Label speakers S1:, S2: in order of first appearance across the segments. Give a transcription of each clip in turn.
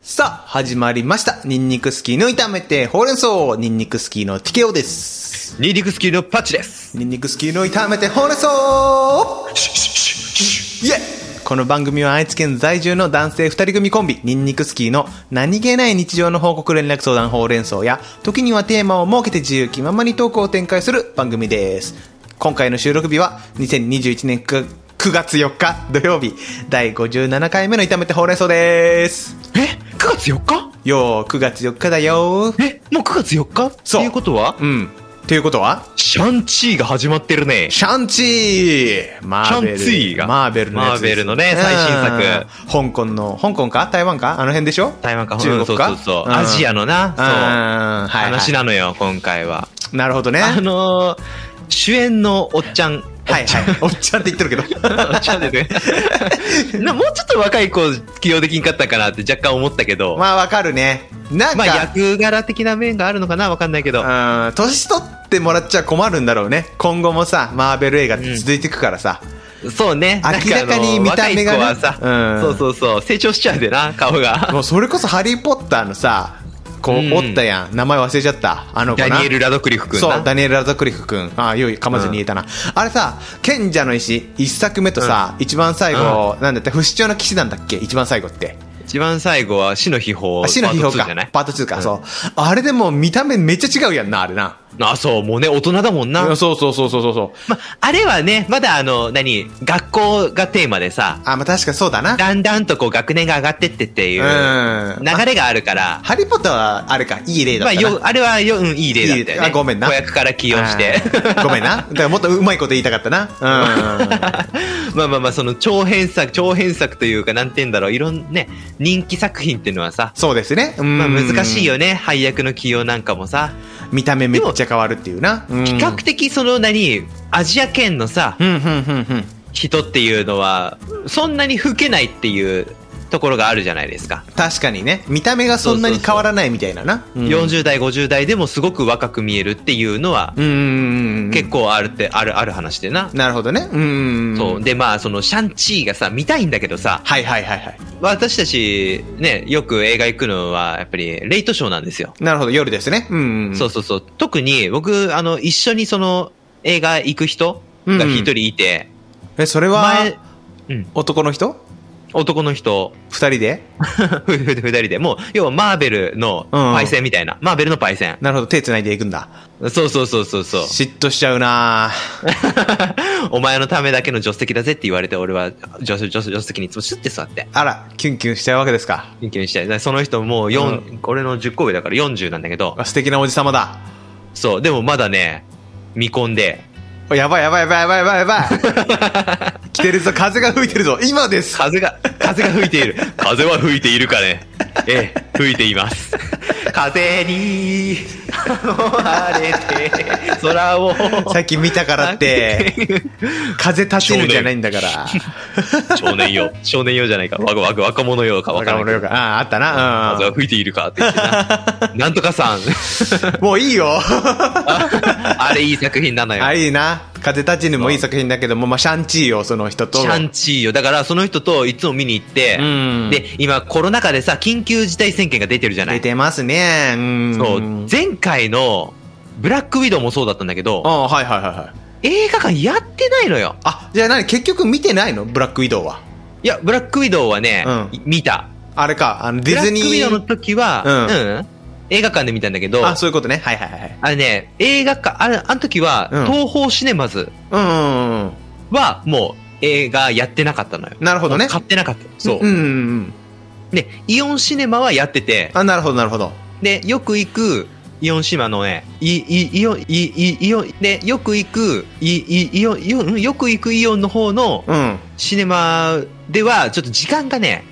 S1: さあ、始まりました。ニンニクスキーの炒めてほうれん草。ニンニクスキーの TKO です。
S2: ニンニクスキーのパッチです。
S1: ニンニクスキーの炒めてほうれん草イエイこの番組は愛知県在住の男性二人組コンビ、ニンニクスキーの何気ない日常の報告連絡相談ほうれん草や、時にはテーマを設けて自由気ままにトークを展開する番組です。今回の収録日は2021年 9, 月4日土曜日、第57回目の炒めてほうれん草です。
S2: え ?9 月4日
S1: よー、9月4日だよー。
S2: えもう9月4日
S1: そう
S2: っていうことは、
S1: うん。ということは
S2: シャンチーが始まってるね。
S1: シャンチーマーベル
S2: シャンチーが
S1: マーベルのやつです
S2: マーベルのね最新
S1: うん香港の、香港か台湾かあの辺でしょ
S2: 台湾か、
S1: 中
S2: うん
S1: 国
S2: そう
S1: か
S2: そうそう。アジア
S1: の、
S2: のな、
S1: そう
S2: そ
S1: ん。
S2: う。
S1: はい、はい。
S2: 話なのよ、今回は。
S1: なるほどね。
S2: あのー、主演のおっちゃん。
S1: はい はい。おっちゃんって言ってるけど。
S2: おっちゃんです ね。なもうちょっと若い子起用できんかったかなって若干思ったけど。ま
S1: まあわかるね。なん
S2: あ、
S1: か、
S2: 役柄的な面があるのかなわかんないけど。
S1: うん、年取ってもらっちゃ困るんだろうね。今後もさ、マーベル映画って続いていくからさ。
S2: そうね。なん
S1: 明らかに見た目がね
S2: あの若い子はさ、
S1: う
S2: そ
S1: ん
S2: うそうそう、成長しちゃうでな、顔が。
S1: もうそれこそハリーポッターのさ、こう、
S2: うん
S1: おったやん。名前忘れちゃった。あの子
S2: ダ
S1: な。
S2: ニエル・ラドクリフ君
S1: そう、
S2: な。
S1: ダニエル・ラザクリフ君。ああ、よい、噛まずに言えたな。あれさ、賢者の石、一作目とさ、一番最後、なんだって、不死鳥の騎士団だっけ一番最後って。
S2: 一番最後は死の秘宝。
S1: あ死の秘宝
S2: パート2じゃな
S1: か
S2: い。
S1: パート2
S2: う
S1: か、
S2: ん
S1: そう。あれでもう見た目めっちゃ違うやんな、あれな。
S2: あ、そう、もうね、大人だもんな。
S1: そうそうそうそうそうそう。
S2: ま、あれはね、まだあの、何、学校がテーマでさ、
S1: あ、まあ確かそうだな。
S2: だんだんとこう学年が上がってってっていうう、
S1: ん。
S2: 流れがあるから、
S1: ハリーポッターは、あれか、いい例だ
S2: ま
S1: っ
S2: あ、
S1: たな。
S2: よ、あれはよ、うん、いい例だったよ
S1: いいあ
S2: ね。
S1: ごめんな
S2: 子役から起用して。
S1: あーごめんな。だからもっとうまいこと言いたかった な。
S2: まあまあまあ、その長編作、長編作というか、なんて言うんだろう、いろんね、人気作品っていうのはさ
S1: うん。、そうですね。うん
S2: まあ難しい。よね、配役の起用なんかもさ。
S1: 見た目めっちゃ変わるっていうな。うん
S2: 比較的その何、アジア圏のさ、
S1: うん、うん、うん、うん。
S2: 人っていうのは、そんなに老けないっていうところがあるじゃないですか。
S1: 確かにね見た目がそんなに変わらないみたいななうん
S2: 40代、50代でもすごく若く見えるっていうのは、
S1: うんうんうん
S2: 結構あるって、ある、ある話でな。
S1: なるほどねうんうんん
S2: そう。で、まあ、その、シャンチーがさ、見たいんだけどさ、
S1: はいはいはいはい
S2: 私たち、ね、よく映画行くのは、やっぱり、レイトショーなんですよ。
S1: なるほど夜ですねうんうん
S2: そうそうそう。特に、僕、あの、一緒にその、映画行く人が一人いて、
S1: えそれは
S2: 前、うん、
S1: 男の人
S2: 男の人、
S1: 二人で
S2: ふふ二人で、もう、要はマーベルの
S1: うん
S2: パイセンみたいな。マーベルのパイセン。
S1: なるほど手繋いでいくんだ
S2: そうそうそうそうそう。
S1: 嫉妬しちゃうな
S2: お前のためだけの助手席だぜって言われて、俺は助手助手助手席にいつもシュッて座って。
S1: あらキュンキュンしちゃうわけですか
S2: 緊急にしたい。その人もう4、俺の10個上だから40なんだけど、
S1: あ素敵なおじさまだ
S2: そう、でもまだね、未婚で、
S1: おやばいやばいやばいやばいやばいやば い来てるぞ風が吹いてるぞ今です
S2: 風が、風が吹いている。風は吹いているかね。ええ、吹いています。風に、あれて、空を。
S1: さっき見たからって風立ちぬじゃないんだ から
S2: 少年よ。少年よじゃな いか。わわ若者よかわから
S1: 若
S2: ない
S1: 者
S2: け
S1: よく
S2: ど
S1: あああったな
S2: 風は吹いているかって言っ てな。なんとかさん。
S1: うんもういいよ
S2: あれいい作品なのよ
S1: あ。いいな風立ちぬもいい作品だけども、まあ、シャンチーよその人と
S2: シャンチーよ。だからその人といつも見に行って、
S1: うん
S2: で、今コロナ禍でさ、緊急事態宣言が出てるじゃな
S1: 出
S2: い。
S1: てますねうん
S2: そう、前回のブラックウィドウもそうだったんだけ
S1: あ
S2: ど、
S1: あはいはいはいはい
S2: 映画館やってないのよ。
S1: あじゃあ何結局見てないのブラックウィドウはい
S2: や、ブラックウィドウはね、
S1: うん
S2: い見た。
S1: あれかあのディ
S2: ブラ
S1: ズ
S2: ッ
S1: ニ
S2: クウィドウの
S1: ー
S2: 時は、
S1: う
S2: うん映画館で見たんだけど、
S1: あそういうことねはいはいはいはい
S2: あのね、映画館、あれあの時は、
S1: うん
S2: 東宝シネマズ
S1: うんうんうん
S2: はもう映画やってなかったのよ。
S1: なるほどね
S2: 買ってなかった。そう。
S1: うんうんうん
S2: で、イオンシネマはやってて、
S1: あなるほどなるほど
S2: で、よく行く、イオンシネマのね、い、い、イオン、い、い、イオン、で、よく行く、い、い、イオン、イオンうん、よく行くイオンの方の
S1: うん
S2: シネマでは、ちょっと時間がね、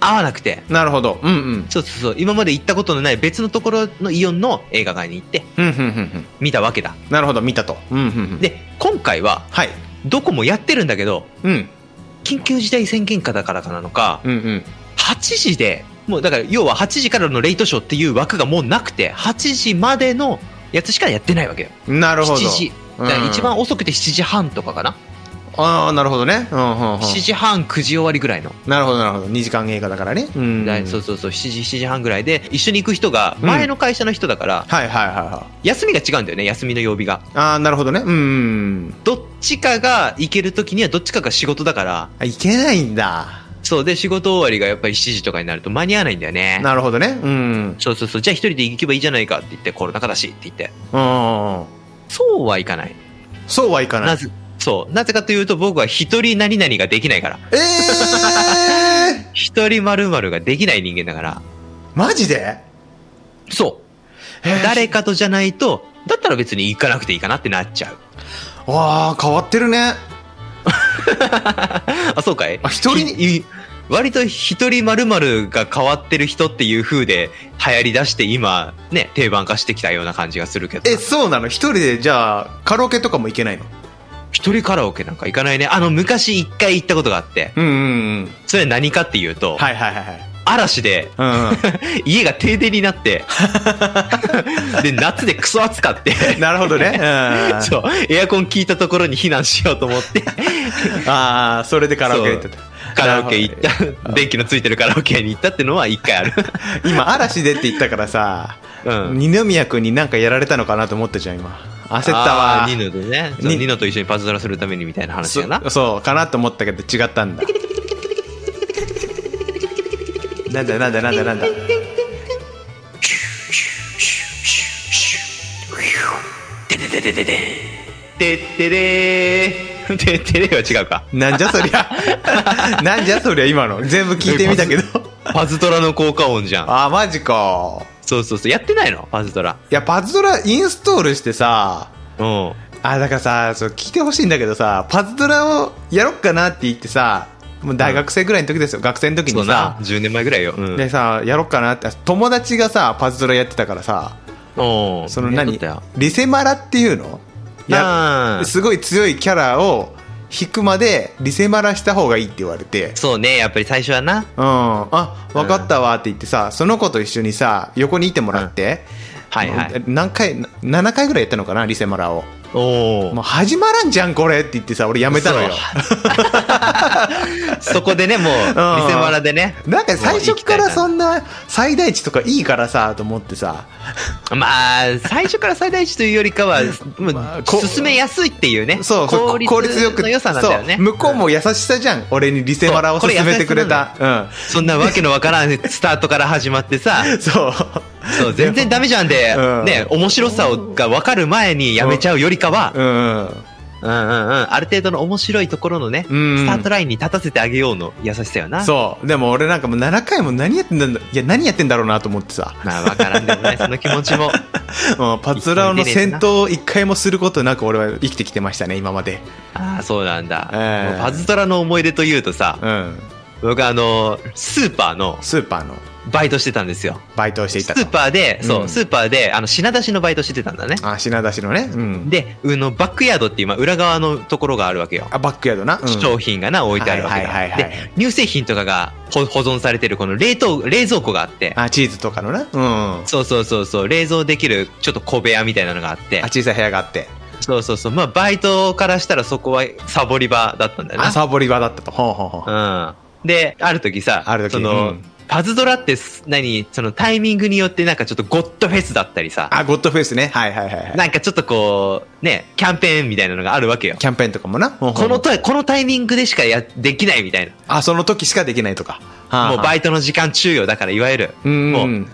S2: 合わなくて、
S1: なるほどうんうん
S2: そうそうそう、今まで行ったことのない別のところのイオンの映画館に行って
S1: うんうんうんうん
S2: 見たわけだ。
S1: なるほど見たとうんうんうん
S2: で、今回は、
S1: はい
S2: どこもやってるんだけど、
S1: うん
S2: 緊急事態宣言下だからかなのか、
S1: うんうん
S2: 8時で、もうだから要は8時からのレイトショーっていう枠がもうなくて、8時までのやつしかやってないわけよ。
S1: なるほど
S2: 7時。だから一番遅くて7時半とかかな。
S1: ああなるほどねうんうんうん
S2: 7時半9時終わりぐらいの、
S1: なるほどなるほど2時間映画だからねうん
S2: だいそうそうそう7時7時半ぐらいで一緒に行く人が前の会社の人だから、
S1: はいはいはいはい
S2: 休みが違うんだよね休みの曜日が
S1: ああなるほどねうんうん
S2: どっちかが行ける時にはどっちかが仕事だから
S1: あいけないんだ
S2: そうで仕事終わりがやっぱり7時とかになると間に合わないんだよね
S1: なるほどねうん
S2: そうそうそうじゃあ一人で行けばいいじゃないかって言ってコロナ禍だしって言って
S1: うん
S2: そうはいかない
S1: そうはいかな
S2: ないぜそうなぜかというと僕は一人何々ができないから
S1: ええ
S2: 一人〇〇ができない人間だから
S1: マジで
S2: そう
S1: えー
S2: 誰かとじゃないとだったら別に行かなくていいかなってなっちゃう
S1: わあ変わってるね
S2: あそうかい
S1: あ一人に
S2: ひい割と一人まるが変わってる人っていう風で流行り出して今ね定番化してきたような感じがするけど
S1: えそうなの一人でじゃあカラオケとかも行けないの
S2: 一人カラオケなんか行かないねあの昔一回行ったことがあって
S1: うんうんうん
S2: それは何かっていうと、
S1: はいはいはいはい
S2: 嵐で
S1: うんうん
S2: 家が停電になって で夏でクソ暑かって
S1: なるほどね。うん
S2: そうエアコン効いたところに避難しようと 思って
S1: ああ、それでカラオケ行ってた。
S2: カラオケ行 った電気のついてるカラオケに行ったってのは一 回ある、
S1: 今、嵐でって言ったからさ、
S2: うん、
S1: 二宮君になんかやられたのかなと思ったじゃん、今。焦ったわ
S2: あ。ーニノとねそう
S1: に
S2: ニノと一緒にパズドラするためにみたいな話やな
S1: そそう、かなと思ったけど違ったんだ。なんだなんだなんだなんだ。
S2: てってれー てってれーは違うか
S1: なんじゃそりゃ。なんじゃ そりゃ、今の。全部聞いてみたけど。
S2: パズドラの効果音じゃん
S1: ああ、マジか。
S2: そうそうそうやってないのパズドラ
S1: いや、パズドラインストールしてさ、
S2: うん
S1: あだからさそう聞いてほしいんだけどさパズドラをやろっかなって言ってさもう大学生ぐらいの時ですよ、学生の時
S2: そう
S1: に
S2: な
S1: さ
S2: 10年前ぐらいよ、うん、
S1: でさやろっかなって友達がさパズドラやってたからさ
S2: お
S1: その何
S2: や
S1: リセマラっていうのや
S2: あー
S1: すごい強いキャラを引くまでリセマラした方がいいって言われて
S2: そうねやっぱり最初は
S1: う
S2: な
S1: んあ分かったわって言ってさその子と一緒にさ横にいてもらって、
S2: はいはい
S1: 何回7回ぐらいやったのかなリセマラを
S2: お
S1: もう始まらんじゃんこれって言ってさ俺やめたのよ
S2: そそこでねもうリセマラでね
S1: なんか最初からそ
S2: ん
S1: んな最大値とかいいからさと思ってさ
S2: まあ最初から最大値というよりかはも
S1: まあ
S2: う
S1: こ
S2: 進めやすいっていうね
S1: そう
S2: 効
S1: こ
S2: 率
S1: 効率よく
S2: の良さなんだよね
S1: そう向こうも優しさじゃん、俺にリセマラを
S2: そう
S1: 勧
S2: これ
S1: めてくれた
S2: そんなわけのわからんスタートから始まってさ
S1: うん そう
S2: そう全然ダメじゃんで、
S1: うん
S2: ね面白さをが分かる前にやめちゃうよりかは、
S1: うん
S2: うんうんうん、ある程度の面白いところのね、
S1: うん
S2: スタートラインに立たせてあげようの優しさよな
S1: そうでも俺なんかもう7回も何やってんだいや何やってんだろうなと思ってさ、
S2: まあ分からんで もないその気持ち
S1: う
S2: も
S1: ん、パズドラの戦闘を一回もすることなく俺は生きてきてましたね今まで
S2: ああそうなんだ、
S1: ええ
S2: もうパズドラの思い出というとさ
S1: うん
S2: 僕あのスーパーの
S1: スーパーの
S2: バイトしてたんですよ
S1: バイトをしてい
S2: ス
S1: たと
S2: ーパーでそう、
S1: うん
S2: スーパーであの品出しのバイトしてたんだね
S1: あ品出しのね、うん、
S2: でうのバックヤードっていう、まあ、裏側のところがあるわけよ
S1: あバックヤードな、うん
S2: 商品がな置いてあるわけ
S1: はいはいはい
S2: だ
S1: はい
S2: で乳製品とかが保保存されてるこの冷凍冷蔵庫があって
S1: あチーズとかのね、うん、あ
S2: そうそうそうそう冷蔵できるちょっと小部屋みたいなのがあって
S1: 小さい部屋があって
S2: そうそうそうまあバイトからしたらそこはサボり場だったんだよ
S1: あサボり場だったとほうほうほう
S2: なうんである時さ
S1: ある時
S2: その、
S1: うん
S2: パズドラってす何そのタイミングによってなんかちょっとゴッドフェスだったりさ
S1: あ、ゴッドフェイスね。はいはいはいはい。
S2: なんかちょっとこうねキャンペーンみたいなのがあるわけよ
S1: キャンペーンとかもな。こ
S2: このタイこのタイミングでしかやできないみたいな
S1: あ、その時しかできないとか。はあ
S2: もうバ
S1: イ
S2: イトの時間中よだからいわゆる、
S1: うんう。
S2: もうん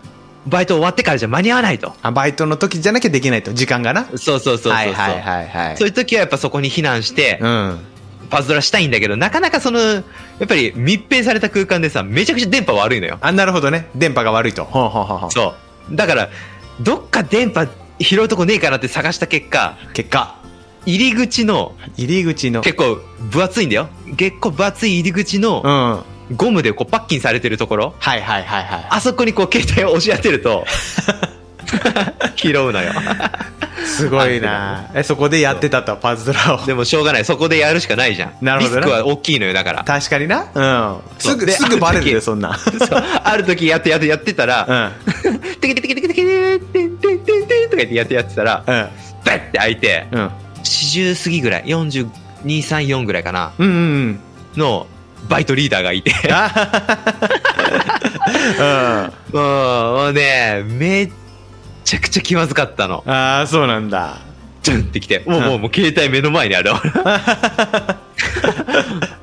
S2: バイト終わってからじゃ間に合わないと
S1: あ、バイトの時じゃなきゃできないと。時間がな。
S2: そうそうそうそう、
S1: はいはいはいはい。
S2: そういう時はやっぱそこに避難して
S1: うん。
S2: パズドラしたいんだけどなかなかそのやっぱり密閉された空間でさめちゃくちゃ電波悪いのよ
S1: あ、なるほどね。電波が悪いと。ほうほうほうほう。
S2: そうだからどっか電波拾うとこねえかなって探した結果
S1: 結果、
S2: 入り口の
S1: 入り口の。
S2: 結構分厚いんだよ結構分厚い入り口
S1: うん。
S2: の
S1: は
S2: ゴムでこうパッキンされてるところ
S1: いはいはいは
S2: あそこにこう携帯を押し当てると拾うのよ
S1: い。すごいな。え、そこでやってたと、パズドラを。
S2: でもしょうがないそこでやるしかないじゃん
S1: なるほどね
S2: リスクは大きいのよだから
S1: 確かにな。うん。
S2: そう
S1: すぐ、
S2: です
S1: ぐバレる
S2: あ
S1: よ、
S2: る時
S1: そん な。
S2: そうある時やってやってやってたら
S1: う、ん。
S2: テキテキテキテキテンテンテンテンテンとか言ってやってやってたら、
S1: うん。
S2: バッて開いて、
S1: うん。
S2: 40過ぎぐらい、45、 234ぐらいかな
S1: うんうんうん
S2: のバイトリーダーがいて
S1: あ
S2: もうもうねめっちゃくちゃ気まずかったの
S1: あそうなんだ
S2: ジュンってきてもうもうもう携帯目の前にある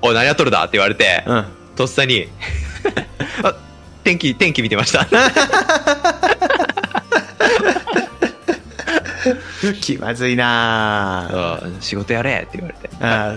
S2: おい何やっとるだって言われて
S1: うん
S2: とっさ にあ天気天気見てました
S1: 気まずいな
S2: うん仕事やれって言われて
S1: あ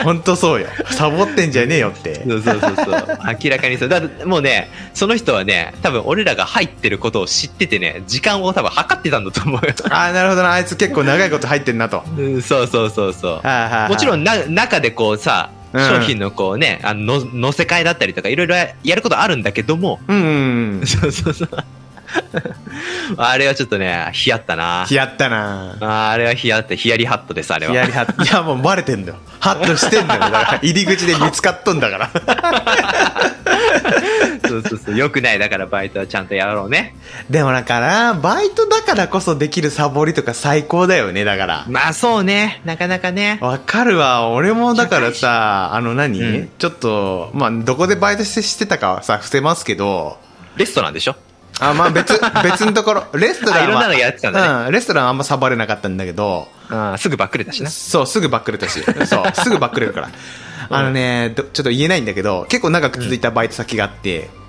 S1: あ 本当そうよサボってんじゃねえよって
S2: そうそうそうそう 明らかにそうだってもうねその人はね多分俺らが入ってることを知っててね時間を多分測ってたんだと思うよ
S1: ああなるほどなあいつ結構長いこと入ってんなと
S2: うんそうそうそうそうも
S1: も
S2: ちろ
S1: ん
S2: んな中でこうさ
S1: うん
S2: 商品のこうね、あののせ替えだったりとかいろいろややることあるんだけども
S1: うんうん
S2: そうそう そうあれはちょっとねヒヤったな
S1: ヒヤったな
S2: ああれはヒヤってヒヤリハットですあれは
S1: ヒヤリハットいやもうバレてんだよハッとしてんだよだから入り口で見つかっとんだから
S2: そうそうそうよくないだからバイトはちゃんとやろうね
S1: でもだからバイトだからこそできるサボりとか最高だよねだから
S2: まあそうねなかなかね
S1: わかるわ俺もだからさあの何、
S2: うん
S1: ちょっとまあどこでバイトしてしてたかはさ伏せますけど
S2: レストランでしょ
S1: あまあ別別のと ころレストランは
S2: あいろんなのやってたんだ
S1: うん、レストランはあんまサボれなかったんだけど
S2: うんすぐばっくれたしな
S1: そうすぐバックれたしそうすぐバックれるからあのねどちょっと言えないんだけど結構長く続いたバイト先があって、
S2: うん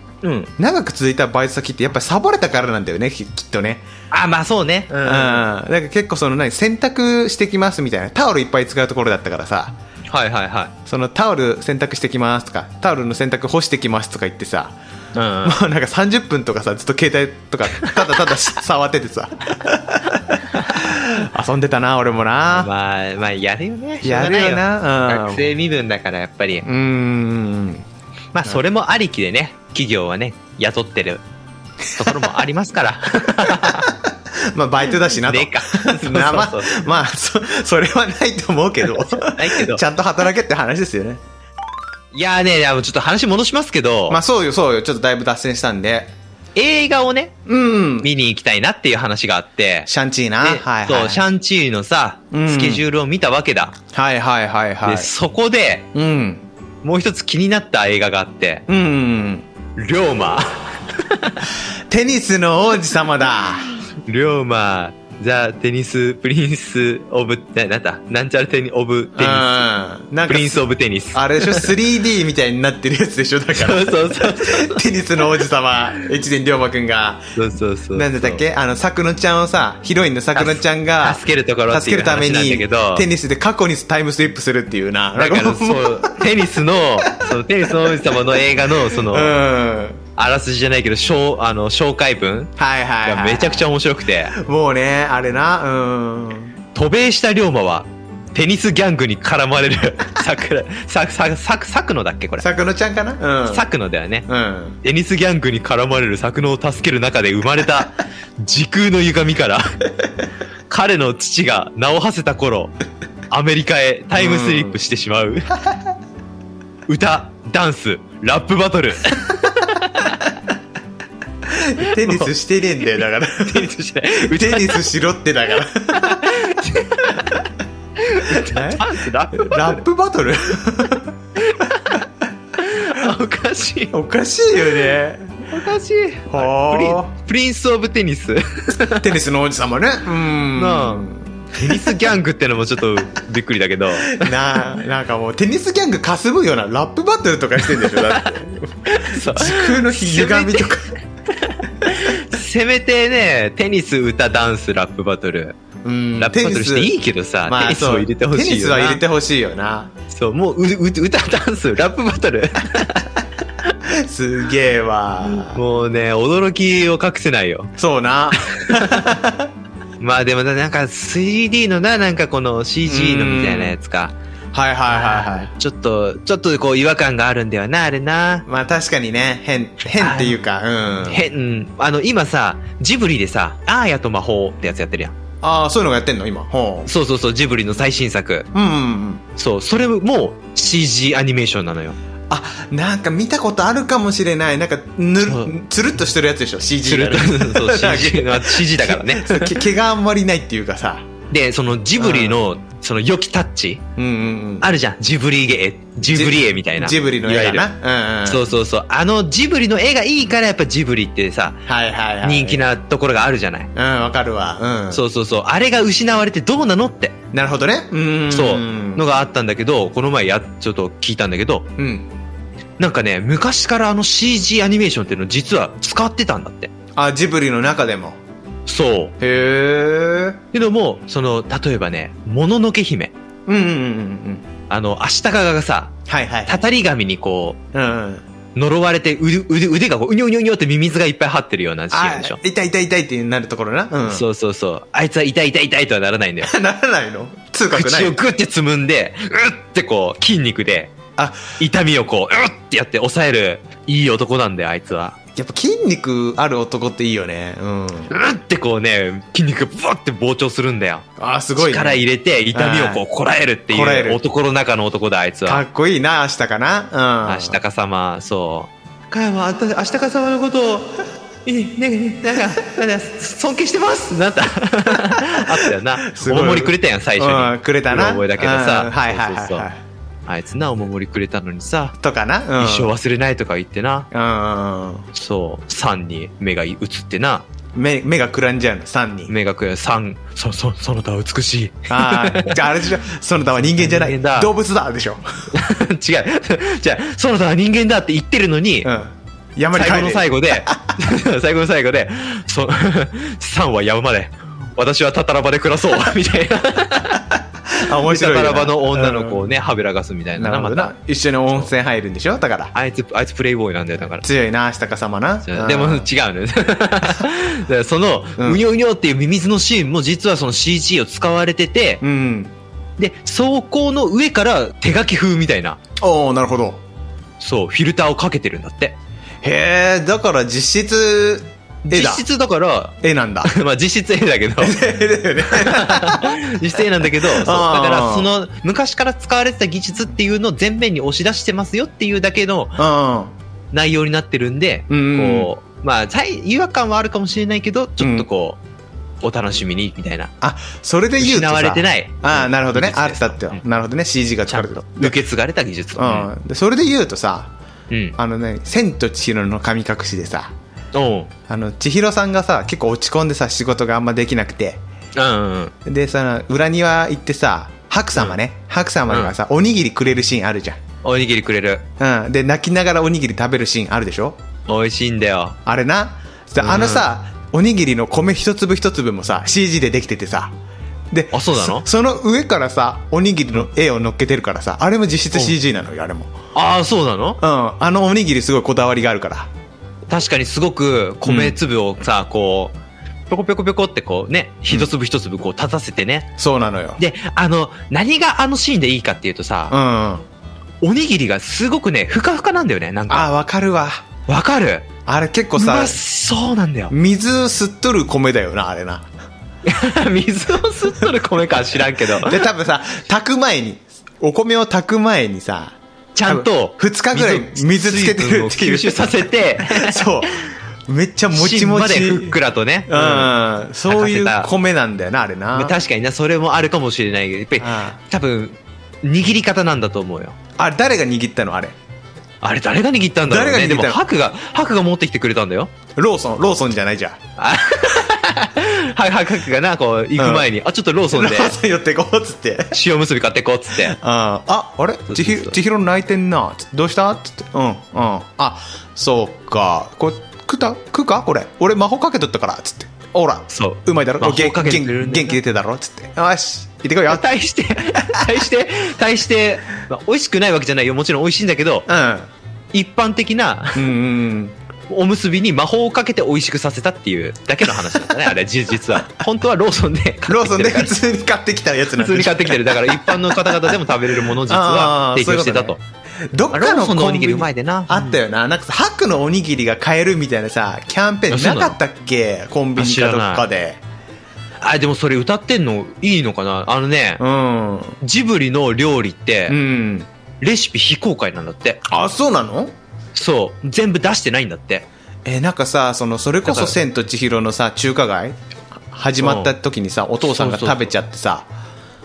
S1: 長く続いたバイト先ってやっぱりサボれたからなんだよねききっとね
S2: あまあそうねう
S1: うん、なんか結構その何洗濯してきますみたいなタオルいっぱい使うところだったからさ
S2: はいはいは
S1: そのタオル洗濯してきますとかタオルの洗濯干してきますとか言ってさ
S2: い、うん、
S1: もう なんか30分とかさずっと携帯とかただた だし触っててさ遊んでたな俺もな
S2: まあまあやるよね
S1: やる
S2: しょ
S1: よ
S2: うがい
S1: なうん
S2: 学生身分だからやっぱり
S1: うーん
S2: まあそれもありきでね企業はね雇ってるところもありますから
S1: まあバイトだしなと
S2: ねえか
S1: まあまあ
S2: そうそうそ
S1: まあそそれはないと思うけど
S2: ないけど
S1: ちゃんと働けって話ですよね
S2: いやーねいやちょっと話戻しますけど、
S1: まあそうよそうよちょっとだいぶ脱線したんで
S2: 映画をね
S1: うん
S2: 見に行きたいなっていう話があって
S1: シャンチーな
S2: で
S1: はい
S2: そ
S1: は
S2: うシャンチーのさ
S1: うん
S2: スケジュールを見たわけだ、
S1: いはいはいはいはい
S2: でそこで
S1: うん
S2: もう一つ気になった映画があって
S1: うん
S2: 「龍馬」
S1: テニスの王子様だ
S2: 龍馬ザ・テニス・プリンス・オブななんだなんちゃらテニオブ・
S1: うん
S2: テニ
S1: な
S2: ス
S1: んか
S2: プリンス・オブ・テニス
S1: あれでしょ 3D みたいになってるやつでしょだか
S2: そう
S1: ら
S2: そうそう
S1: テニスの王子様越前龍馬くんが
S2: そうそうそう
S1: なんだったっけあのさくのちゃんをさヒロインのさくのちゃんが
S2: 助けるところって
S1: 助け
S2: いう
S1: るため
S2: 話なんだ
S1: に
S2: けど
S1: テニスで過去にタイムスリップするっていう な
S2: だから
S1: もう
S2: そうテニスのそのテニスの王子様の映画のその、
S1: うんはい
S2: あらすじじゃないけどしょうあの紹介文
S1: はい、はい、
S2: がめちゃくちゃ面白くて
S1: もうねあれなうん
S2: 渡米した龍馬はテニスギャングに絡まれ る桜ささささくのだっけこれ
S1: さくのちゃんかなうん
S2: さくのだよね
S1: うん
S2: テニスギャングに絡まれる作能を助ける中で生まれ た時空の歪みから彼の父が名を馳せた頃アメリカへタイムスリップしてしまう歌ダンスラップバトル
S1: テニスしてねえんだよだか ら
S2: テニスしない
S1: テニスしろってだ からえ
S2: ダンスラップバ
S1: ラップバトル
S2: トルおかしい
S1: おかしいよね
S2: おかしいプリ
S1: は
S2: ンプリンス・オブ・テニス
S1: あテニスの王子様ねうん
S2: なテニスギャングってのもちょっとびっくりだ けど
S1: なあなんかもうテニスギャングかすぶようなラップバトルとかしてんでしょだって
S2: そう
S1: 時空の歪みとか
S2: せめてねテニス歌ダンスラップバトル
S1: うん
S2: ラップバトルしていいけどさ、テニスを入れてほし
S1: テニ
S2: いよな
S1: スは入れてほしいよな
S2: そうもううう歌ダンスラップバ トル
S1: すげえわ
S2: もうね驚きを隠せないよ
S1: そうな
S2: まあでもななんか 3D のななんかこの CG のみたいなやつか
S1: はいはいはいはい
S2: ちょっとちょっとこう違和感があるんだよなあれな
S1: まあ確かにね変変っていうかうん
S2: 変うんあの今さジブリでさ「アーヤと魔法」ってやつやってるやん
S1: ああそういうのがやってんの今ほう
S2: そうそうそうジブリの最新作
S1: うんうん
S2: そうそれも CG アニメーションなのよ
S1: あなんか見たことあるかもしれないなんかぬる
S2: そう
S1: つるっとしてるやつでしょ CG
S2: する
S1: が
S2: と そう CG の CG だからね
S1: そうけ毛があんまりないっていうかさ
S2: でそのジブリのその良きタッチ、
S1: うんうんうん。
S2: あるじゃん。ジブリ絵、ジブリ絵みたいな。
S1: ジブリの絵
S2: いわ
S1: だな。うんうん。
S2: ゆるそうそうそう。あのジブリの絵がいいからやっぱジブリってさ、
S1: はいはいはい。
S2: 人気。なところがあるじゃな
S1: う
S2: い。
S1: ん、わかるわ。うん。
S2: そうそうそう。あれが失われてどうなのって、
S1: なるほどね。うん。
S2: そう、の
S1: の、
S2: があったんだけど、この前や、ちょっと聞いたんだけど、
S1: うん。
S2: なんかね、昔からあの CG アニメーションっていうの実は使ってたんだって。
S1: あ、ジブリの中でも。
S2: そう。
S1: へえ。
S2: けども、その、例えばね、もののけ姫。
S1: うんうんうんうん。
S2: あの、足利がさ、
S1: はいはい。
S2: たたり神にこ
S1: うんうん。
S2: う、呪われて腕、腕、腕がこう、うにょうにょうにょってミミズがいっぱい張ってるようなシーンでしょ
S1: あ。痛い痛い痛いってなるところな。うん。
S2: そうそうそう。あいつは痛い痛い痛いとはならないんだよ。
S1: ならないの痛覚な
S2: 口を
S1: い。
S2: グッてつむんで、うってこう、筋肉で、
S1: あ、
S2: 痛みをこう、うってやって抑える、いい男なんだよ、あいつは。
S1: やっぱ筋肉ある男っていいよね。うん。
S2: うってこうね、筋肉がブワって膨張するんだよ。
S1: あ、すごいね。
S2: 力入れて痛みをこうこらえるって
S1: こらえ
S2: いう
S1: る
S2: 男の中の男だあいつ
S1: か
S2: は
S1: っこいいな、明日かな。うん。
S2: 明日か様そう加山あた明日か様のことをいいねねなんかなんか尊敬してますってなった あったよな
S1: す
S2: お
S1: ごい
S2: 守りくれたやん最初
S1: うん、
S2: に
S1: くれたな。
S2: うろ覚えだけどさ
S1: うんはいはい
S2: そ
S1: はい
S2: うそうそう
S1: は
S2: あいつなお守りくれたのにさ
S1: い。とかな。うん。
S2: 一生忘れないとか言ってな
S1: うん。
S2: そう三に目が移ってな
S1: 目、目がくらんじゃうの、3人。
S2: 目がくれ三そそその他は美しい
S1: ああ、じゃああれでしょ、その他は人間じゃない。
S2: 人間だ
S1: 動物だでしょ。
S2: 違うじゃあその他は人間だって言ってるのに、
S1: うん。山に帰
S2: 最後
S1: れ
S2: の最後で、 最後の最後で、そ サンは山まで、私はタタラバで暮らそう、みたいな。タ
S1: あ、面
S2: タ
S1: 白いな。
S2: ラバの女の子をね、はべらかすみたい
S1: うん。な
S2: な
S1: る
S2: な。
S1: ほど
S2: また
S1: な。一緒に温泉入るんでしょだから。
S2: あいつ、あいつプレイボーイなんだよ、だから。
S1: 強いな、明日か様な。うん
S2: でも違うのよ。だからその、
S1: うん
S2: うにょうにょっていうミミズのシーンも実はその CG を使われてて、
S1: うん。
S2: で、走行の上から手書き風みたいな、
S1: おおなるほど。
S2: そう、フィルターをかけてるんだって。
S1: へえ、だから実質、絵
S2: 実
S1: だ。
S2: 質だから、
S1: 絵なんだ。
S2: まあ実質絵だけど、
S1: 絵だよね。
S2: 実際なんだけど、そうだ
S1: あー
S2: からその昔から使われてた技術っていうのを前面に押し出してますよっていうだけの
S1: う
S2: 内容になってるんで、
S1: うんうん
S2: こう、まあ、大違和感はあるかもしれないけど、ちょっとこう、お楽しみに、みたいな。
S1: ん。あ、それで言うと
S2: 失
S1: さ。
S2: われてない。
S1: ああ、なるほどね。あ
S2: 技
S1: っ
S2: 術
S1: た
S2: で
S1: ってよ
S2: うん。
S1: なるほどね。CG が
S2: ち
S1: 使
S2: ゃ
S1: われ
S2: ん
S1: た
S2: と。受け継がれた技術と。
S1: うん。で、それで言うとさ、
S2: うん。
S1: あのね、千と千尋の神隠しでさ、
S2: おう
S1: あの、千尋さんがさ、結構落ち込んでさ、仕事があんまできなくて、
S2: うんうん。
S1: で、その、裏庭行ってさ、白様ね、白様がさ、おにぎりくれるシーンあるじ
S2: おにぎりくれる。
S1: ゃん。うん。で、泣きながらおにぎり食べるシーンあるでしょ
S2: 美味しいんだよ。
S1: あれな。で
S2: うん
S1: あのさ、おにぎりの米一粒一粒もさ、CG でできててさ。で、
S2: あそうなの
S1: そその上からさ、おにぎりの絵を乗っけてるからさ、あれも実質
S2: うん
S1: CG なのよ、あれも。
S2: ああ、そうなの
S1: うん。あのおにぎりすごいこだわりがあるから。
S2: 確かにすごく米粒をさ、こう、ぴょこぴょこぴょこってこうね、一粒一粒こう立たせてね、
S1: そうなのよ。
S2: で、あの、何があのシーンでいいかっていうと
S1: う
S2: さ、
S1: ん。あ
S2: おにぎりがすごくね、ふかふかなんだよね。なんか、
S1: あ、わかるわ。
S2: わかる
S1: あれ結構
S2: う
S1: さ
S2: ま、そうなんだよ。
S1: 水吸っとる米だよな、あれな。
S2: 水を吸っとる米かは知らんけど、
S1: で、多分さ、炊く前に、お米を炊く前に さ、
S2: ちゃんと、
S1: 2日ぐらい水つけてるって
S2: 水
S1: い
S2: 分を
S1: う。
S2: 吸収させて、
S1: そう。めっちゃ もち
S2: 芯
S1: も
S2: まで
S1: ち。
S2: ふっくらとね。
S1: うん、そういう米なんだよな、あれな。
S2: 確かにな、それもあるかもしれないけど、やっぱり、多分、握り方なんだと思うよ。
S1: あれ、誰が握ったのあれ。
S2: あれ誰が握ったんだろうね。
S1: 誰が
S2: で
S1: 握った
S2: も、
S1: の
S2: ハクが、ハクが持ってきてくれたんだよ。
S1: ローソン、ローソンじゃないじゃん。
S2: ハクハクがな、こう、行く前に、あ、ちょっとローソン
S1: ロ
S2: で
S1: ーソン寄ってこうっつって。
S2: 塩結び買ってこうっつって。
S1: あああれ
S2: そうそう
S1: 千尋千尋泣いてんなつどうしたっつってうんうんあそうかこれ食った食うかこれ俺魔法かけとったからつってほら
S2: そう
S1: うまいだろ
S2: 魔法
S1: 元
S2: か
S1: 元気
S2: けてるんだよな
S1: 元気出てたろつってよし行ってこいようん
S2: 対して、対して、対して、まあ美味しくないわけじゃないよ。もちろん美味しいんだけど、一般的な
S1: うんうん
S2: おむすびに魔法をかけて美味しくさせたっていうだけの話なん だね、あれ、じ実は。本当はローソンで
S1: ローソンで
S2: 買
S1: 普
S2: っ
S1: 通に買って
S2: てきてるから
S1: きたやつな
S2: 普
S1: ん
S2: 通
S1: で
S2: に
S1: しょ
S2: 買ってきてる。だから一般の方々でも食べれるものを実は
S1: あー
S2: 提供してたと。
S1: そういうどっ
S2: まあロ
S1: かの
S2: ーソンの
S1: コ
S2: お
S1: ン
S2: に
S1: ビニ
S2: ぎりうまいでな。
S1: あったよななんかさハックのおにぎりが買えるみたいなさキャンペーンなかったっけコンビニかどっかで
S2: あ、でもそれ歌ってんのいいのかなあのね
S1: う、ん
S2: ジブリの料理って
S1: う、ん
S2: レシピ非公開なんだって。
S1: あそうなの
S2: そう。全部出してないんだって。
S1: えーなんかさそのそれこ
S2: だ
S1: そ
S2: か
S1: 「
S2: ら
S1: 千と千尋」のさ中華街始まった時にさお父さんが食べちゃってさ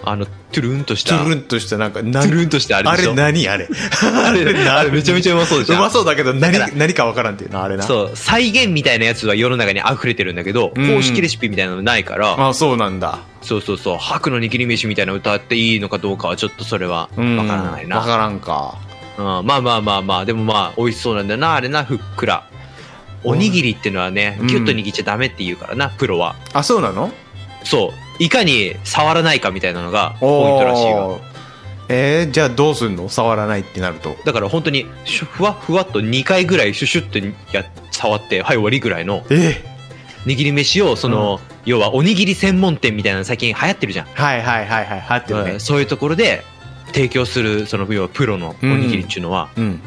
S2: あの、トゥルンとし
S1: ト
S2: た、
S1: ゥルン
S2: ト
S1: としたなんかな
S2: ゥルンとしたあれ
S1: あ
S2: でし
S1: れ
S2: ょ。
S1: 何あれ
S2: あれ、あれめちゃめちゃうまそうでし
S1: う
S2: ょ。
S1: まそうだけど
S2: だ
S1: 何
S2: から
S1: 何かわからんっていうなあれな
S2: そう、再現みたいなやつは世の中に溢れてるんだけど、
S1: うん
S2: 公式レシピみたいなのないから、
S1: あそうなんだ
S2: そうそうそう、白の握り飯みたいなの歌っていいのかどうかはちょっとそれはわか
S1: うん
S2: らない
S1: わ
S2: な。
S1: からんか
S2: うん、まあまあまあまあ、でもまあ、美味しそうなんだよな、あれな、ふっくら。おにぎりってのはね、
S1: うん
S2: ギュッと握っちゃダメって言うからな、プロは。
S1: あそうなの
S2: そう。いかに触らないかみたいなのがポイントらしいよ。
S1: おーえー、じゃあどうすんの触らないってなると
S2: だから本当に、シュふわふわっと2回ぐらいシュシュってや触って、はい終わりぐらいの
S1: え
S2: 握り飯を、その、要はおにぎり専門店みたいなの最近流行ってるじゃん。
S1: はいはいはいはいはってるね
S2: うんそういうところで提供する、その、要はプロのおにぎりっていうのは、
S1: うん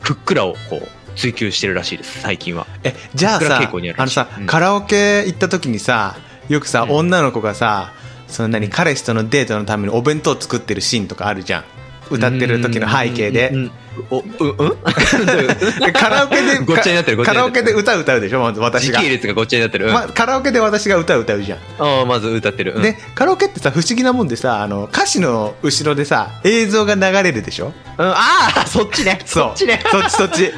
S2: ふっくらをこう、追求してるらしいです、最近は。
S1: えじゃあ
S2: いくら
S1: さ
S2: 稽古にあるし
S1: あのさ、
S2: うん
S1: カラオケ行った時にさよくさ、
S2: うん
S1: 女の子がさそんなに彼氏とのデートのためにお弁当作ってるシーンとかあるじゃん歌ってる時の背景で
S2: うん。お、うんうん
S1: でカラオケで
S2: ごっちゃになってるごっちゃ
S1: カラ
S2: になってる
S1: オケで歌歌うでしょまず私
S2: 時
S1: が
S2: 系、列がごっちゃになってる。うん
S1: ま、カラオケで私が歌歌うじゃん、
S2: ああまず歌ってる。うん
S1: でカラオケってさ不思議なもんでさあの歌詞の後ろでさ映像が流れるでしょ
S2: うん、ああそっちね
S1: そう
S2: そっちね
S1: そっちそっ ち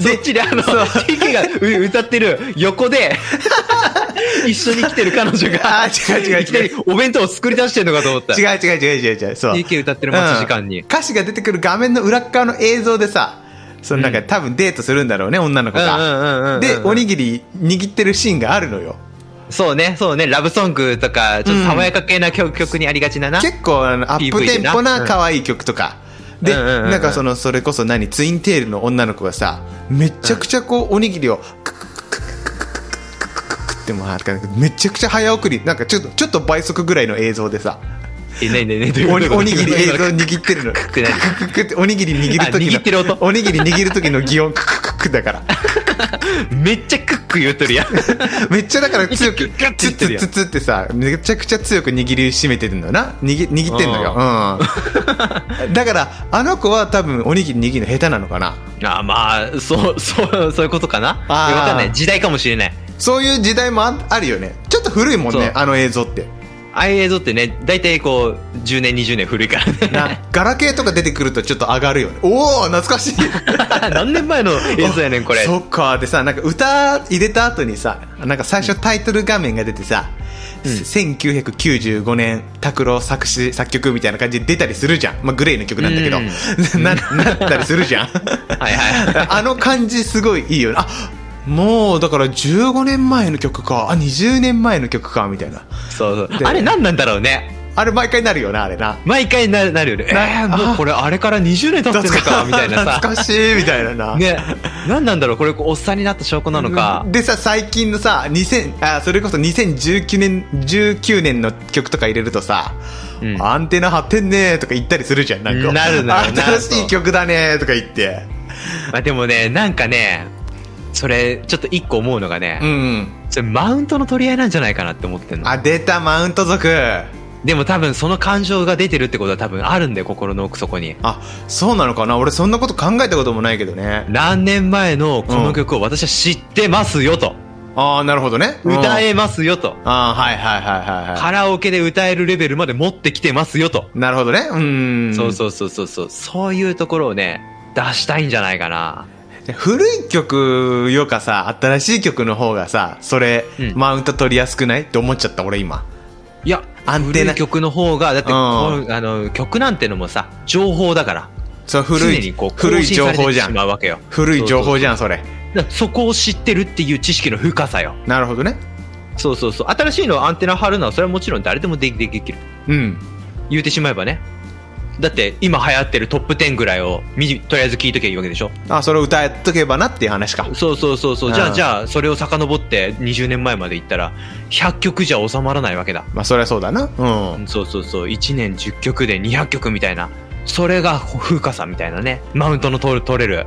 S2: そっちであの TK がう歌ってる横 で一緒に来てる彼女が
S1: あー違う違う違う
S2: いきなりお弁当を作り出してるのかと思った
S1: 違う違う違う違う違うそう
S2: TK 歌ってる待ち時間
S1: う
S2: に、
S1: ん歌詞が出てくる画面の裏っ側の映像でさそのなんか、
S2: うん
S1: 多分デートするんだろうね女の子が、
S2: うんうんうんうんうん
S1: でおにぎり握ってるシーンがあるのよ
S2: そうねそうねラブソングとかちょっと爽やか系な曲,、曲にありがちなな
S1: 結構あのアップテンポ
S2: PV で
S1: な
S2: な
S1: 可愛い曲とか、で、
S2: うんうんうんうん
S1: なんかそのそれこそ何ツインテールの女の子がさめちゃくちゃこうおにぎりをクククククククククククってもらってめちゃくちゃ早送りなんかちょっとちょっと倍速ぐらいの映像でさ
S2: えねえねえねえどういう
S1: お
S2: こ
S1: に
S2: と
S1: おにぎり映像握ってるの
S2: クックな
S1: クククっておにぎり握る
S2: あ
S1: 時の
S2: 握ってる音
S1: おにぎり握る時の擬音クククククだから
S2: めっちゃクック言うとるやん
S1: めっちゃだから強
S2: ギ
S1: く
S2: ュッギュッて
S1: ツ
S2: 言ってる
S1: ツ
S2: やん
S1: ツツってさめちゃくちゃ強く握りしめてるんだよな握握ってんのよ、うん、だからあの子は多分おにぎり握るの下手なのかな
S2: あーまあそうそうそういうことかな分
S1: あー
S2: かんない時代かもしれない
S1: そういう時代もああるよねちょっと古いもん
S2: そう
S1: ねあの映像って
S2: ああいう映像ってね大体こう10年20年古いから ね
S1: なガラケーとか出てくるとちょっと上がるよねおお懐かしい
S2: 何年前の映像やねんこれ
S1: そっかでさなんか歌入れた後にさなんか最初タイトル画面が出てさ、
S2: うん
S1: 1995年拓郎作詞作曲みたいな感じで出たりするじゃん、まあ、グレイの曲なんだけど、
S2: う
S1: ななったりするじゃん
S2: はいはいは い
S1: あの感じすごいいいよねあもうだから15年前の曲かあ20年前の曲かみたいな
S2: そうそう
S1: で
S2: あれ何なんだろうね
S1: あれ毎回なるよなあれ な
S2: 毎回ななるよねえ
S1: な
S2: ー、もうこれあれから20年経ってるのかみたいなさ
S1: 懐かしいみたいなな
S2: ね何なんだろうこれおっさんになった証拠なのか
S1: でさ最近のさ2000あそれこそ2019年19年の曲とか入れるとさ、
S2: うん
S1: アンテナ張ってんねーとか言ったりするじゃんなんか
S2: なるなるな る
S1: 新しい曲だねーとか言って
S2: まあでもねなんかねそれちょっと一個思うのがね、
S1: うん
S2: それマウントの取り合いなんじゃないかなって思ってんの
S1: あ出たマウント族
S2: でも多分その感情が出てるってことは多分あるんだよ心の奥底に
S1: あそうなのかな俺そんなこと考えたこともないけどね
S2: 何年前のこの曲を私は知ってますよと、
S1: ああなるほどね
S2: 歌
S1: うん
S2: えますよと、
S1: あーはいはいはいはいは
S2: カラオケで歌えるレベルまで持ってきてますよと、
S1: いなるほどねうん
S2: そうそうそうそうそうそういうところをね出したいんじゃないかな
S1: 古い曲よかさ新しい曲の方がさそれ、
S2: うん
S1: マウント取りやすくないって思っちゃった俺今
S2: いや
S1: アンテナ
S2: 古い曲の方がだって
S1: うん
S2: こうあの曲なんてのもさ情報だから
S1: そう古
S2: 常に
S1: い
S2: こう
S1: 古い情報じ
S2: 更新されて
S1: ゃ
S2: しま
S1: ん
S2: うわけよ
S1: 古い情報じゃんそれ
S2: だからそこを知ってるっていう知識の深さよ
S1: なるほどね
S2: そうそうそう新しいのアンテナ張るのはそれはもちろん誰でもできできる
S1: うん
S2: 言うてしまえばねだって今流行ってるトップ10ぐらいをみとりあえず聞いときゃいいわけでしょ
S1: あそれを歌っとけばなっていう話か
S2: そうそうそうそうじゃ
S1: う
S2: あ
S1: ん
S2: じゃあそれを遡って20年前まで行ったら100曲じゃ収まらないわけだ
S1: まあそれはそうだなうん
S2: そうそうそう1年10曲で200曲みたいなそれが風化さみたいなねマウントの取る取れる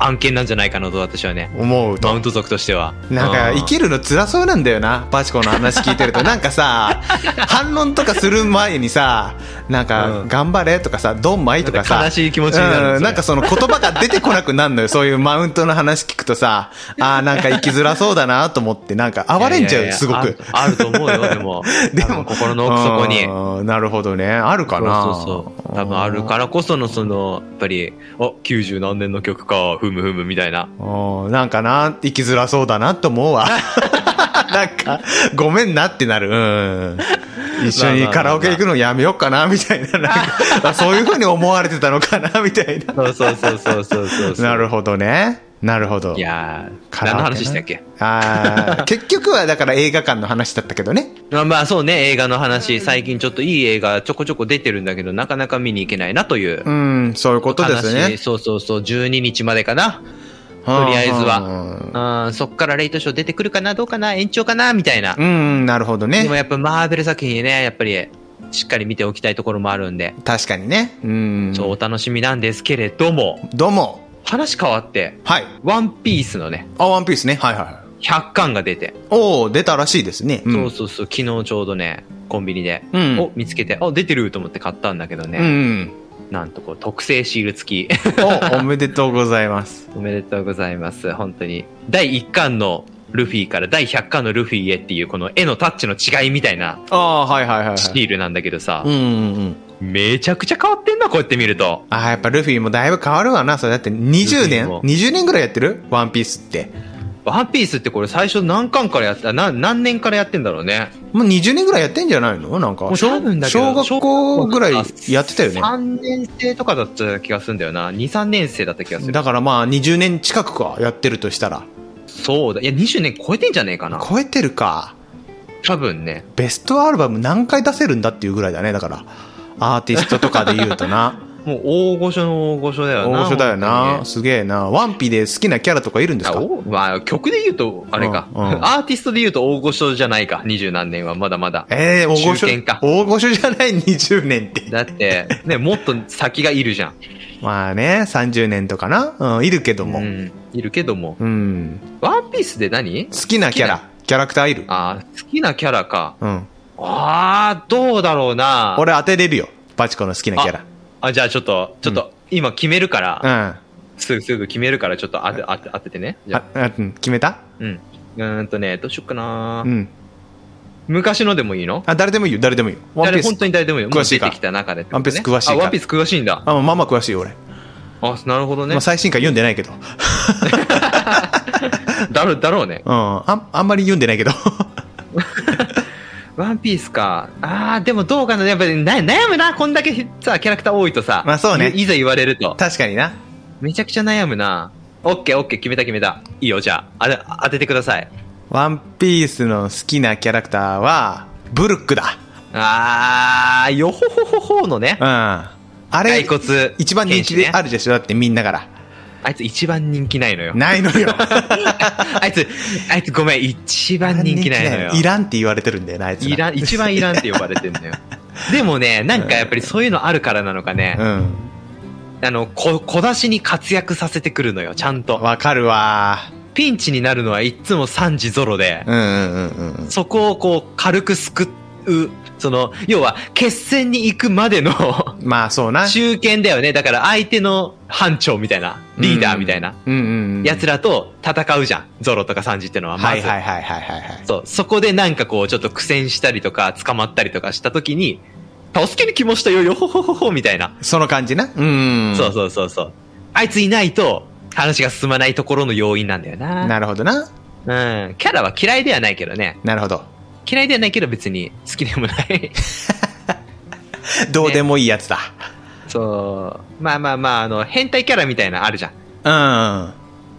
S2: 案件なんじゃないかなと私はね
S1: 思う
S2: マウ
S1: と
S2: ント族としては
S1: なんか
S2: う
S1: 生きるの辛そうなんだよなバチコの話聞い てるとなんかさ反論とかする前にさなんか
S2: う
S1: 「
S2: ん
S1: 頑張れ」とかさ「ドンマイ」とか
S2: なん
S1: さ
S2: か悲しい気持ちになるんです
S1: う
S2: よ
S1: んなんかその言葉が出てこなくなるの よそういうマウントの話聞くとさあーなんか生きづらそうだなと思ってなんか哀れんじゃ
S2: いやいやいうや
S1: すごく
S2: ああると 思うよでも
S1: で
S2: で
S1: も
S2: も心の奥底に
S1: うんなるほどねあるかな
S2: そうそうそう多分あるからこそのそのやっぱりあ90何年の曲かふむふむみた いな
S1: うんなんかな、生きづらそうだなと思う わ。なんか、ごめんなってなる。うん。一緒にカラオケ行くのやめようかな、みたいな。なんか あそういうふうに思われてたのかな、みたいな。
S2: そうそうそうそうそうそう
S1: なるほどね。なるほど。
S2: いやー
S1: カラ
S2: 何
S1: オケね
S2: の話したっけ
S1: あー結局はだから映画館の話だったけどね。
S2: まあまあそうね映画の話最近ちょっといい映画ちょこちょこ出てるんだけどなかなか見に行けないなという
S1: うん、そういうことで
S2: 話
S1: すね。
S2: そうそうそう12日までかなとりあえず
S1: は。
S2: うんそっからレイトショー出てくるかなどうかな延長かなみたいな
S1: うん、なるほど
S2: でも
S1: ね。
S2: やっぱマーベル作品ねやっぱりしっかり見ておきたいところもあるんで
S1: 確かにね。うん。
S2: そうお楽しみなんですけれども
S1: どうも。
S2: 話変わって、
S1: はい。
S2: ワンピースのね、
S1: あ、ワンピースね。はいはいはい。
S2: 100巻が出て、
S1: おー、出たらしいですね。うん
S2: そうそうそう、昨日ちょうどね、コンビニで、
S1: うん
S2: を見つけて、あ、出てると思って買ったんだけど
S1: う
S2: ね、
S1: ん。
S2: なんとこう、特製シール付き。
S1: お、おめでとうございます。
S2: おめでとうございます、本当に。第1巻のルフィから第100巻のルフィへっていう、この絵のタッチの違いみたいな
S1: ああ、はいはいはい、は
S2: シ
S1: い。
S2: ールなんだけどさ
S1: うん、うんうん。
S2: めちゃくちゃ変わってんな、こうやって見ると。
S1: ああ、やっぱルフィもだいぶ変わるわな。それだって
S2: ル
S1: 20
S2: フィ
S1: 年
S2: も
S1: ?20 年ぐらいやってるワンピースって。
S2: ワンピースってこれ最初何巻からやった、な何年からやってんだろうね。
S1: もう20年ぐらいやってんじゃないのなんか
S2: もう。多分だけ
S1: 小
S2: ど
S1: 学校ぐらいやってたよね。
S2: 3年生とかだった気がするんだよな。2、3年生だった気がする。
S1: だからまあ20年近くか、やってるとしたら。
S2: そうだ。いや、20年超えてんじゃねえかな。
S1: 超えてるか。
S2: 多分ね。
S1: ベストアルバム何回出せるんだっていうぐらいだね。だから、アーティストとかで言うとな。
S2: もう大御所の大御所だよ
S1: 大
S2: な。
S1: 御所だよ
S2: 本当に
S1: な。
S2: ね
S1: すげえな。ワンピで好きなキャラとかいるんです
S2: あ
S1: か
S2: おまあ、曲で言うと、あれか、
S1: うんうん
S2: アーティストで言うと大御所じゃないか。二十何年はまだまだ。
S1: ええー、大御所
S2: 中堅か。
S1: 大御所じゃない20年って。
S2: だって、ね、もっと先がいるじゃん。
S1: まあね、30年とかな。うん、いるけども。
S2: う
S1: うん。
S2: ん。いるけども。ワンピースで何
S1: 好きなキャラ、キャラクターいる
S2: あー好きなキャラか。
S1: うん。
S2: ああ、どうだろうな。
S1: 俺当てれるよ。バチコの好きなキャ
S2: あ、じゃあちょっと、ちょっと、今決めるから、
S1: ラ。
S2: すぐすぐ決めるから、ちょっと当て、当て、当ててね。
S1: うん。
S2: じゃ
S1: あ
S2: あ、、
S1: あうん決めた
S2: うん。うーんとね、どうしよっかな、
S1: うん。
S2: 昔のでもいいの
S1: あ、誰でもいいよ、誰でもいいよ。ワンピ
S2: 誰
S1: ー
S2: 本
S1: ス。
S2: 当に誰でもいいよ。
S1: 詳しいか
S2: もう出てきた中でって
S1: ワ
S2: こ
S1: ン
S2: と
S1: ピ
S2: ね、
S1: ース詳しいか
S2: あ、ワンピース詳しいんだ。
S1: あ、まあまあ詳しいよ、俺。
S2: あ、なるほどね
S1: まあ。最新回読んでないけど。うん。
S2: だろ、だろうね。
S1: ああんまり読んでないけど。
S2: ワンピースか。ああ、でもどうかな。やっぱりな悩むな。こんだけさ、キャラクター多いとさ。
S1: まあそうね
S2: いいざ言われると。
S1: 確かにな。
S2: めちゃくちゃ悩むな。オッケーオッケー、決めた決めた。いいよ、じゃあ。あれ、当ててください。
S1: ワンピースの好きなキャラクターは、ブルックだ。
S2: あー、よほほほほのね
S1: うん。。あれ
S2: 骸、骨。
S1: 一番人気であるでしょ、だってみんなから。
S2: あいつ一番人気ないのよ。
S1: ないのよ。
S2: あいつ、あいつごめん、一番人気ないのよ。
S1: いらんって言われてるんだよな、あいつら。
S2: いらん、一番いらんって呼ばれてん のよ。でもね、なんかやっぱりそういうのあるからなのかね
S1: う、ん。
S2: あの、こ小出しに活躍させてくるのよ、ちゃんと。
S1: わかるわ。
S2: ピンチになるのはいっつも3時ゾロで
S1: う、んうんうんうん。
S2: そこをこう、軽くすくう、その、要は、決戦に行くまでの
S1: まあそうな。
S2: 中堅だよね。だから相手の班長みたいな、リーダーみたいな、
S1: うんうんうん。
S2: 奴らと戦うじゃん。ゾロとか3時ってのは、ま
S1: は
S2: ず
S1: い。はいはいはいはいはい。
S2: そう、そこでなんかこう、ちょっと苦戦したりとか、捕まったりとかした時に、助けに来ましたよ、よほほほほ、みたいな。
S1: その感じな。うん。
S2: そうそうそうそう。あいついないと、話が進まないところの要因なんだよな。
S1: なるほどな。
S2: うん。キャラは嫌いではないけどね。
S1: なるほど。
S2: 嫌いではないけど別に好きで もない。
S1: どうでもいいやつだ。
S2: そう。まあまあまあ、あの、変態キャラみたいなあるじゃん。
S1: うん。あ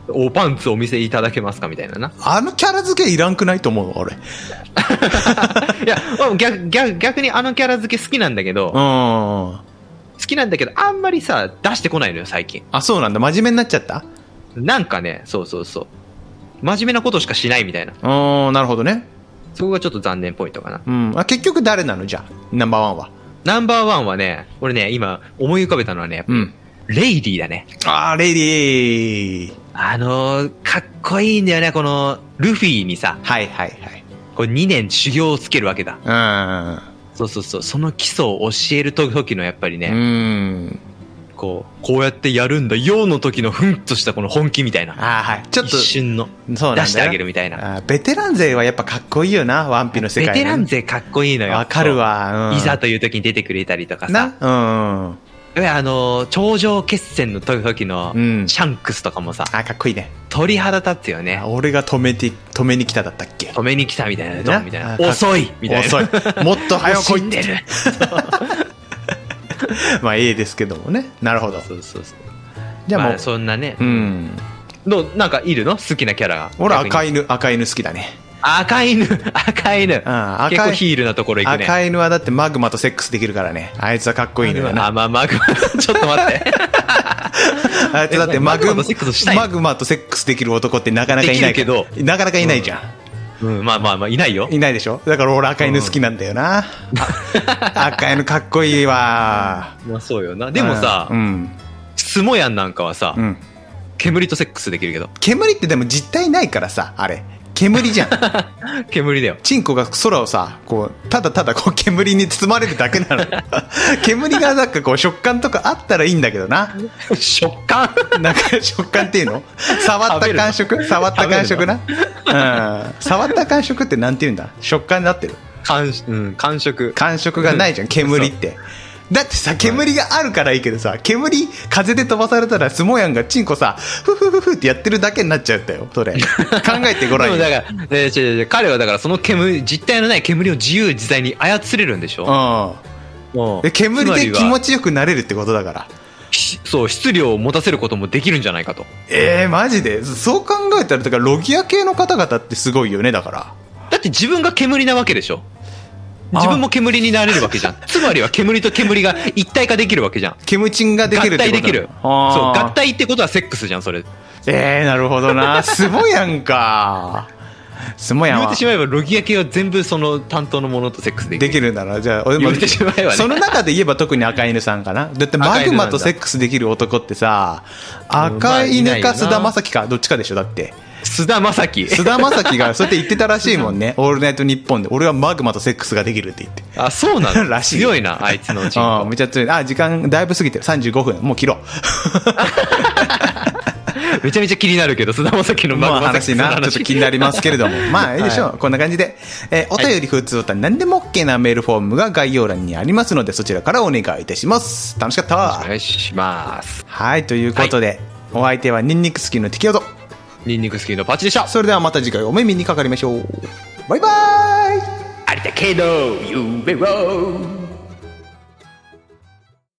S2: おパンツお店いただけますかみたい なな。
S1: のキャラ付けいらんくないと思う俺。うん。
S2: いや、逆、逆、逆にあのキャラ付け好きなんだけど、
S1: あ、
S2: 好きなんだけど、あんまりさ、出してこないのよ、最近。
S1: そうなんだ。真面目になっちゃった
S2: なんかね、そうそうそう。真面目なことしかしないみたいな。
S1: うん、なるほどね。
S2: そこがちょっと残念ポイントかな。
S1: うん。あ、結局誰なのじゃあ、ナンバーワンは。
S2: ナンバーワンはね、俺ね、今思い浮かべたのはね、
S1: うん。
S2: レイリーだね。
S1: あー、レディー。
S2: あのーかっこいいんだよね、この、ルフィにさ、
S1: はいはい
S2: こう2年修行をつけるわけだ。
S1: はい。
S2: そうそうそう、その基礎を教える時のやっぱり
S1: うん。う
S2: ね、
S1: ん。
S2: こう、こうやってやるんだよの時のふんっとしたこの本気みたいな。
S1: あー、はい。ちょっと
S2: 一、瞬の
S1: そうなんだよ
S2: 出してあげるみたいな。
S1: あーベテラン勢はやっぱかっこいいよな、ワンピの世
S2: ベ
S1: 界、
S2: テラン勢かっこいいのよ。
S1: わかるわ。
S2: そう。
S1: うん、
S2: いざという時に出てくれたりとかさ。
S1: な、うん。
S2: いやあのー頂上決戦の時の
S1: うん
S2: シャンクスとかもさ、
S1: あ、かっこいいね。
S2: 鳥肌立つよね
S1: あ。俺が止めて、止めに来ただったっけ
S2: 止めに来たみたいな、どうみたい
S1: あ
S2: な。
S1: か
S2: 遅いみたいな。
S1: 遅い。もっと早く来
S2: 死
S1: い
S2: ん
S1: って。
S2: でる。
S1: まあ、ええですけどもね。なるほど。
S2: そうそうそう。
S1: じゃあもう、
S2: まあそんなね
S1: う。ん。
S2: どうなんかいるの好きなキャラが。
S1: 俺、赤
S2: い。
S1: 犬、赤犬好きだね。
S2: 赤犬、赤犬。
S1: うん、赤
S2: 結構
S1: い。
S2: ヒールなところ行くね。
S1: 赤犬はだってマグマとセックスできるからね。あいつはかっこいいのよな。
S2: あ、まあ、 マグマ。ちょっと待って。
S1: あいつだって
S2: え
S1: マグ
S2: マグマとセックスしたい
S1: マグマとセックスできる男ってなかなかいないから
S2: できるけ
S1: なかなかいないじゃん。
S2: うん、まあまあまあ、いないよ。
S1: いないでしょだから俺赤犬好きなんだよな。赤犬かっこいいわ。
S2: まあそうよな。でもさ
S1: う、ん。
S2: スモヤンなんかはさ
S1: う、ん。
S2: 煙とセックスできるけど。
S1: 煙ってでも実体ないからさ、あれ。煙 じゃん。
S2: 煙だよ。
S1: チンコが空をさ、こう、ただただこう煙に包まれるだけ なの。煙がなんかこう食感とかあったらいいんだけどな。
S2: 食感
S1: なんか食感っていうの触っ
S2: 食べ
S1: た
S2: るの
S1: 感触触った感触な。うん。触った感触ってなんて言うんだ食感になってる。
S2: 感、うん、感触。
S1: 感触がないじゃん、煙って。だってさ、煙があるからいいけどさ、煙、風で飛ばされたら、スモヤンがチンコさ、ふふふふってやってるだけになっちゃったよ、それ。 考えてごら
S2: で
S1: んよ。
S2: もだから、えー違う違う違う彼はだからその煙、実体のない煙を自由自在に操れるんでしょ
S1: うん。で煙で気持ちよくなれるってことだから。
S2: ちそう、質量を持たせることもできるんじゃないかと。
S1: えー、マジでそう考えたら、だからロギア系の方々ってすごいよね、だから。
S2: だって自分が煙なわけでしょ
S1: あ
S2: 自分も煙になれるわけ じゃん。つまりは煙と煙が一体化できるわけじゃん。
S1: 煙チンができる
S2: 合
S1: ってこ
S2: 体で
S1: と
S2: きる。そう、
S1: あー
S2: 合体ってことはセックスじゃん、それ。
S1: えー、なるほど な。スモヤンか。スモヤン
S2: 言う
S1: は
S2: てしまえば、ロギア系は全部その担当のものとセックスでき
S1: で
S2: る。
S1: きるんだな。じゃあ、俺も
S2: 言うてしまえばね
S1: その中で言えば特に赤犬さんかな。だってマグマとセックスできる男ってさ、
S2: 赤犬なんだ
S1: 赤犬か須
S2: うんまあいないよ
S1: 田
S2: な
S1: 将暉か、どっちかでしょ、だって。
S2: 須田正樹。
S1: 須田将暉が そうやって言ってたらしいもんね。オールナイトニッポンで。俺はマグマとセックスができるって言って。
S2: あ、そうな の
S1: らしい
S2: 強いな、あいつのうち。
S1: ああ、めちゃ強い。あ、時間だいぶ過ぎてる。35分。もう切ろう。
S2: めちゃめちゃ気になるけど、須田正樹の
S1: まあ
S2: マグマ
S1: 話
S2: セックス
S1: な、
S2: の
S1: ちょっと気になりますけれ ども。まあいいでしょう。
S2: は
S1: こんな感じで。えーお便り普通歌何でも OK なメールフォームが概要欄にありますので、そちらからお願いいたします。楽しかったわ
S2: お。願いします。
S1: はい、ということで、お相手はニンニク好きの適応と。
S2: ニンニクスキーのパッチでした。
S1: それではまた次回お目にかかりましょう。バイバーイ
S2: 有田けど、夢を。